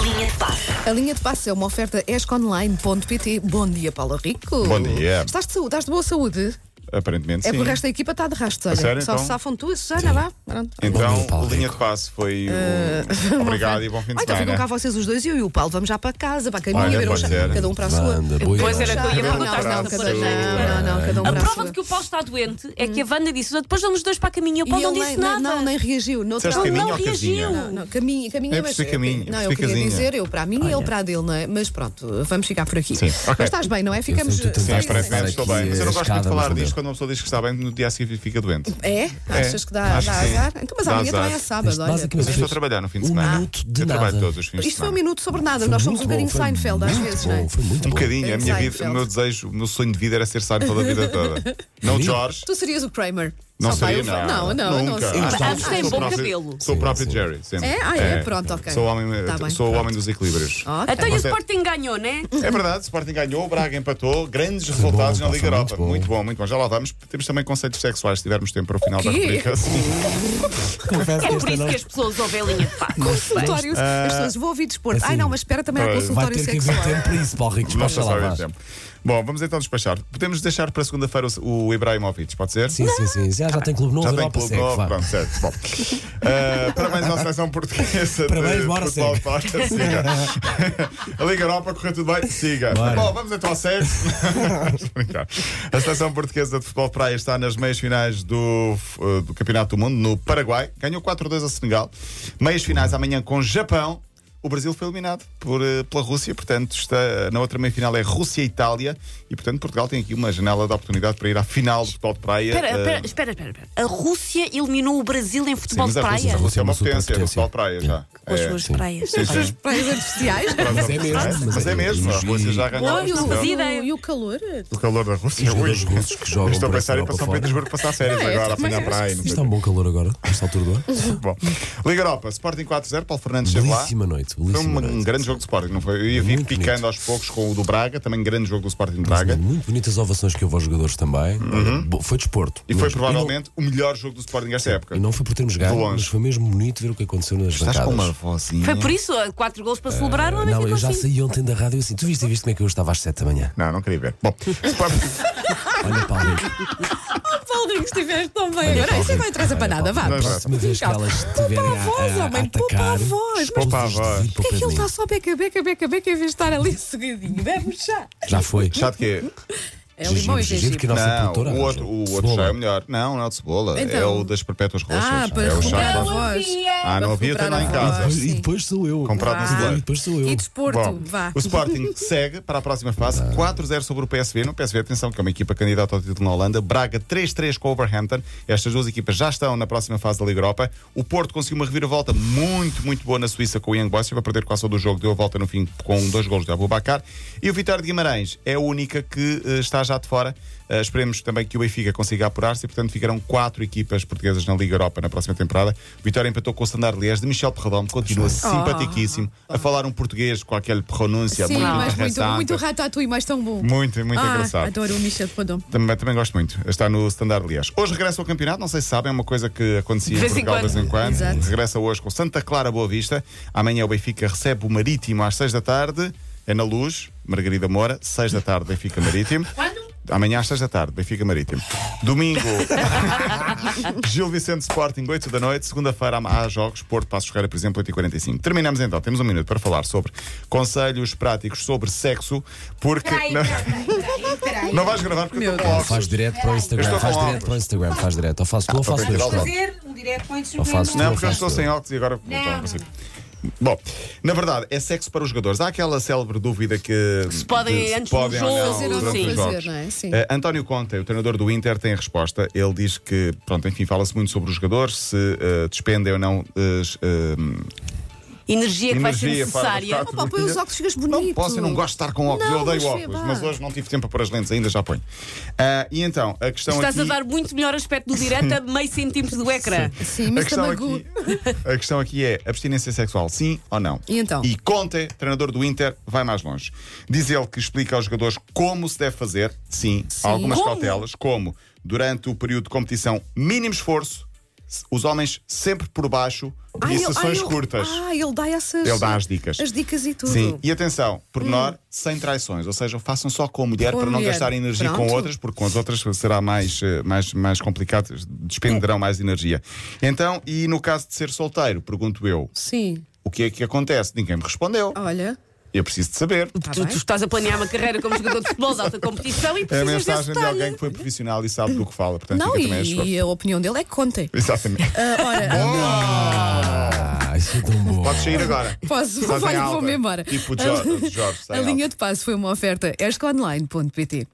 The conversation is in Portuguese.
Linha de passe. A linha de passe é uma oferta esconline.pt. Bom dia, Paulo Rico. Bom dia. Estás de, saúde, estás de boa saúde? Aparentemente É sim. porque o resto da equipa está de rastro. Olha. sério, Só então? se safam tu, a Susana, vá. Pronto. Então, Bom dia, Paulo linha Rico. de passe foi. o- Obrigado e bom fim Ah, de então ficam cá semana. vocês os dois e eu e o Paulo vamos já para casa, para caminho, Olha, ver um pode chá, ser. cada um para a sua. Banda, boa Pois ideia. era que eu ia Não, perguntar não, se não, estava cada- para não, não, cada um A para a prova sua. de que o Paulo está doente é que a Wanda disse, depois damos dois para a caminha. O E Paulo não ele disse nem, nada. Não, nem reagiu. No Disseste outro- caminho não ou casinha? reagiu. Não, caminho, caminho É mas, preciso caminho, Não, preciso eu queria casinha. dizer, eu para a mim e ele para a dele, não é? Mas pronto, vamos ficar por aqui. Sim, ok. Mas estás bem, não é? Ficamos. sinto tanto Sim, Vai aparentemente estar estou aqui bem. Mas eu não a gosto muito escada, Um de falar mas não disto deu. quando uma pessoa diz que está bem, no dia a seguir fica doente. É? Achas que dá, Acho dá que sim. azar? Então, mas Dá amanhã também é azar. sábado, Mas olha. basicamente- Eu estou a trabalhar no fim de Um semana. minuto de eu trabalho nada. todos os fins de Isto foi um semana. minuto sobre nada, Foi nós somos um muito bocadinho bom, foi Seinfeld às muito vezes, bom, não é? Foi muito Um bom. bocadinho, a minha Seinfeld. vida, o meu desejo, o meu sonho de vida era ser Seinfeld a vida toda. Não George, Tu serias o Kramer. não Só vai seria, o- Não, não. não, Nunca. não. Acho que Ambos têm sou o bom próprio- cabelo. Sou o próprio Sim, Jerry, sempre. É? Ah, é? Pronto, ok. Sou o homem, Tá bem, sou o pronto. homem dos equilíbrios. Ok. Até Então, o Você- Sporting ganhou, né? É verdade, o Sporting ganhou, o Braga empatou, grandes resultados bom, na pá, Liga foi Europa. muito bom. Muito bom, muito bom. Já lá vamos. Temos também conceitos sexuais, se tivermos tempo para o final O da quê? rubrica. Sim. Confesso É por que esta isso que as noite pessoas ouvem a linha de passe. Consultórios. As pessoas vão ouvir desporto. assim, Ai não, mas espera também há vai ter vai consultório ter que haver sexual. tempo para isso, Paulo Rico. Não Despacha está lá, só vá. esse tempo. Bom, vamos então despachar. Podemos deixar para segunda-feira o, o Ibrahimovic, pode ser? Sim, sim, sim. Já, já tem Clube Novo, Já tem Europa clube segue. novo, vá. pronto, certo. Bom. Eh, parabéns à seleção portuguesa Parabéns, de bora, futebol. segue. Bora, siga. A Liga Europa correu tudo bem? Siga. Bora. Bom, vamos então ao sexo. Brincar. a seleção portuguesa de futebol de praia está nas meias finais do, eh, do Campeonato do Mundo no Paraguai. Ganhou 4-2 ao Senegal. Meias finais amanhã com Japão. O Brasil foi eliminado por, eh, pela Rússia, portanto, está, na outra meia final é Rússia-Itália e, portanto, Portugal tem aqui uma janela de oportunidade para ir à final do futebol de praia. Espera, eh, espera, espera, espera, espera. A Rússia eliminou o Brasil em Sim, futebol mas de a praia? Rússia, a Rússia é uma Sim, uma potência, superpotência. no futebol de praia já. Com as É. suas Sim, praias. sim, sim. Praias artificiais. Mas é mesmo. Mas é mesmo, a e- Rússia já ganhou. Olha, este não campeonato. fazia- E o calor? O calor da E Rússia é jogadores hoje. russos que jogam Estou a por pensar essa em ir para Europa São fora. Petersburgo passar férias Não é, agora, a também apanhar é. praia. não sei. Está um bom calor agora, nesta altura do ano. Bom, Liga Europa, Sporting 4-0, Paulo Fernandes chegou lá. Belíssima noite. Foi um, Belíssima um noite. grande jogo de Sporting, não foi? Eu ia vir Muito bonito. é picando aos poucos com o do Braga, também grande jogo do Sporting de Braga. Muito bonitas ovações que houve aos jogadores também. Bo- Foi desporto. Uhum. E foi mesmo. provavelmente o melhor jogo do Sporting esta época. E não foi por termos De ganho, longe. mas foi mesmo bonito ver o que aconteceu nas Estás com bancadas. uma vozinha. Foi por isso, ah, quatro gols para celebrar, o homem Não, ficou eu já assim. saí ontem da rádio assim. Tu viste, viste como é que eu estava às 7 da manhã? Não, não queria ver. Bom, Sporting. Olha, Paulo, Rico, Ah, Paulo Rico, estiveste tão bem agora. Ah, Isso não interessa para nada, vá. a próxima vez que elas estiverem a, voz, a, a homem, poupa a atacar. voz. Poupa a usas de voz. vidro O para que é o que ele Pedrinho. está só beca, beca, beca, beca, em vez de estar ali segadinho? Bebe chá. Já foi. Chato que é. É limão e Gengibre, gengibre, que gengibre. a nossa Não, produtora o outro, arranja. o outro Cebola. já é o melhor. Não, não é de cebola. Então. É o das perpétuas roxas. Ah, para é o recuperar a chato. voz. Ah, não Para havia recuperar também em a casa. voz, E sim. depois sou eu. Comprado no Ah. E celular. depois sou eu. E desporto, Bom, vá. o Sporting segue para a próxima fase 4-0 sobre o PSV. No PSV, atenção, que é uma equipa candidata ao título na Holanda. Braga 3-3 com o Overhampton. Estas duas equipas já estão na próxima fase da Liga Europa. O Porto conseguiu uma reviravolta muito, muito boa na Suíça com o Young Boys. Vai perder quase todo o jogo. Deu a volta no fim com dois golos de Abubacar. E o Vitória de Guimarães é a única que eh, está já de fora. Eh, esperemos também que o Benfica consiga apurar-se e, portanto, ficarão quatro equipas portuguesas na Liga Europa na próxima temporada. O Vitória empatou com o Standard Liège de Michel Perradão. Continua simpaticíssimo a falar um português com aquela pronúncia Sim, é muito mas muito, interessante. muito ratatouille, mas tão bom. Muito, muito ah, engraçado. Adoro o Michel Podom. Também, também gosto muito. Está no Standard, aliás. Hoje regressa ao campeonato, não sei se sabem, é uma coisa que acontecia De em vez em Portugal de vez em quando. Exato. Regressa hoje com Santa Clara Boa Vista. Amanhã o Benfica recebe o Marítimo às 6 da tarde. É na luz, Margarida Moura, 6 da tarde, Benfica Marítimo. Amanhã às 6 da tarde, Benfica Marítimo. Domingo, Gil Vicente Sporting, 8 da noite. Segunda-feira há jogos, Porto Passos Ferreira, por exemplo, 8h45. Terminamos então, temos um minuto para falar sobre conselhos práticos sobre sexo, porque. não, não vais gravar porque eu estou com óculos. Faz direto para o Instagram. estou Faz com direto para o Instagram. Faz direto. Ou faço tu ou faço ok, eu. tira lá. Pronto. fazer um direto com esses Ou faço Não, tu ou porque eu faço estou sem eu. óculos e agora. Não, não consigo. Bom, na verdade, é sexo para os jogadores. Há aquela célebre dúvida que. se podem de- antes do ou jogo, não fazer ou não durante os fazer, jogos. não é? Sim. Eh, António Conte, o treinador do Inter, tem a resposta. Ele diz que, pronto, enfim, fala-se muito sobre os jogadores, se eh, despendem ou não eh, es- eh, Energia É que vai ser energia para necessária. buscar- Opa, põe os óculos, ficas bonito. Não posso, eu não gosto de estar com óculos, Não, eu odeio mas óculos, vá. mas hoje não tive tempo para pôr as lentes, ainda já ponho. Ah, e então, a questão Estás a aqui... um dar muito melhor aspecto do direto a meio centímetro do ecrã. Sim, A mas questão, também. aqui, a questão aqui é abstinência sexual, sim ou não? E então? E Conte, treinador do Inter, vai mais longe. Diz ele que explica aos jogadores como se deve fazer, sim, algumas Como? cautelas, como durante o período de competição, mínimo esforço, Os homens sempre por baixo Ah, e ele- ah, sessões ele- curtas. Ah, ele dá essas. Ele dá as dicas. As dicas e tudo. Hum. Sim, e atenção, pormenor, sem traições, ou seja, façam só com a mulher Com a para não mulher. gastar energia com Pronto. outras, porque com as outras será mais, eh, mais, mais complicado, Hum. despenderão mais energia. Então, e no caso de ser solteiro, pergunto eu, Sim. o que é que acontece? Ninguém me respondeu. Olha. Eu preciso de saber. Tu, bem. tu estás a planear uma carreira como jogador de futebol de alta competição e É a precisas desse mensagem de detalhe. alguém que foi profissional e sabe do que fala, portanto, não, fica também é a escolha. e, a opinião dele é que contem. Exatamente. Ah, ora, Ah, isso é tão bom. Podes sair agora. posso, Estás em olha, alta. vou-me embora. Tipo o Jorge, Jorge sai a alta. linha de passo foi uma oferta esconline.pt.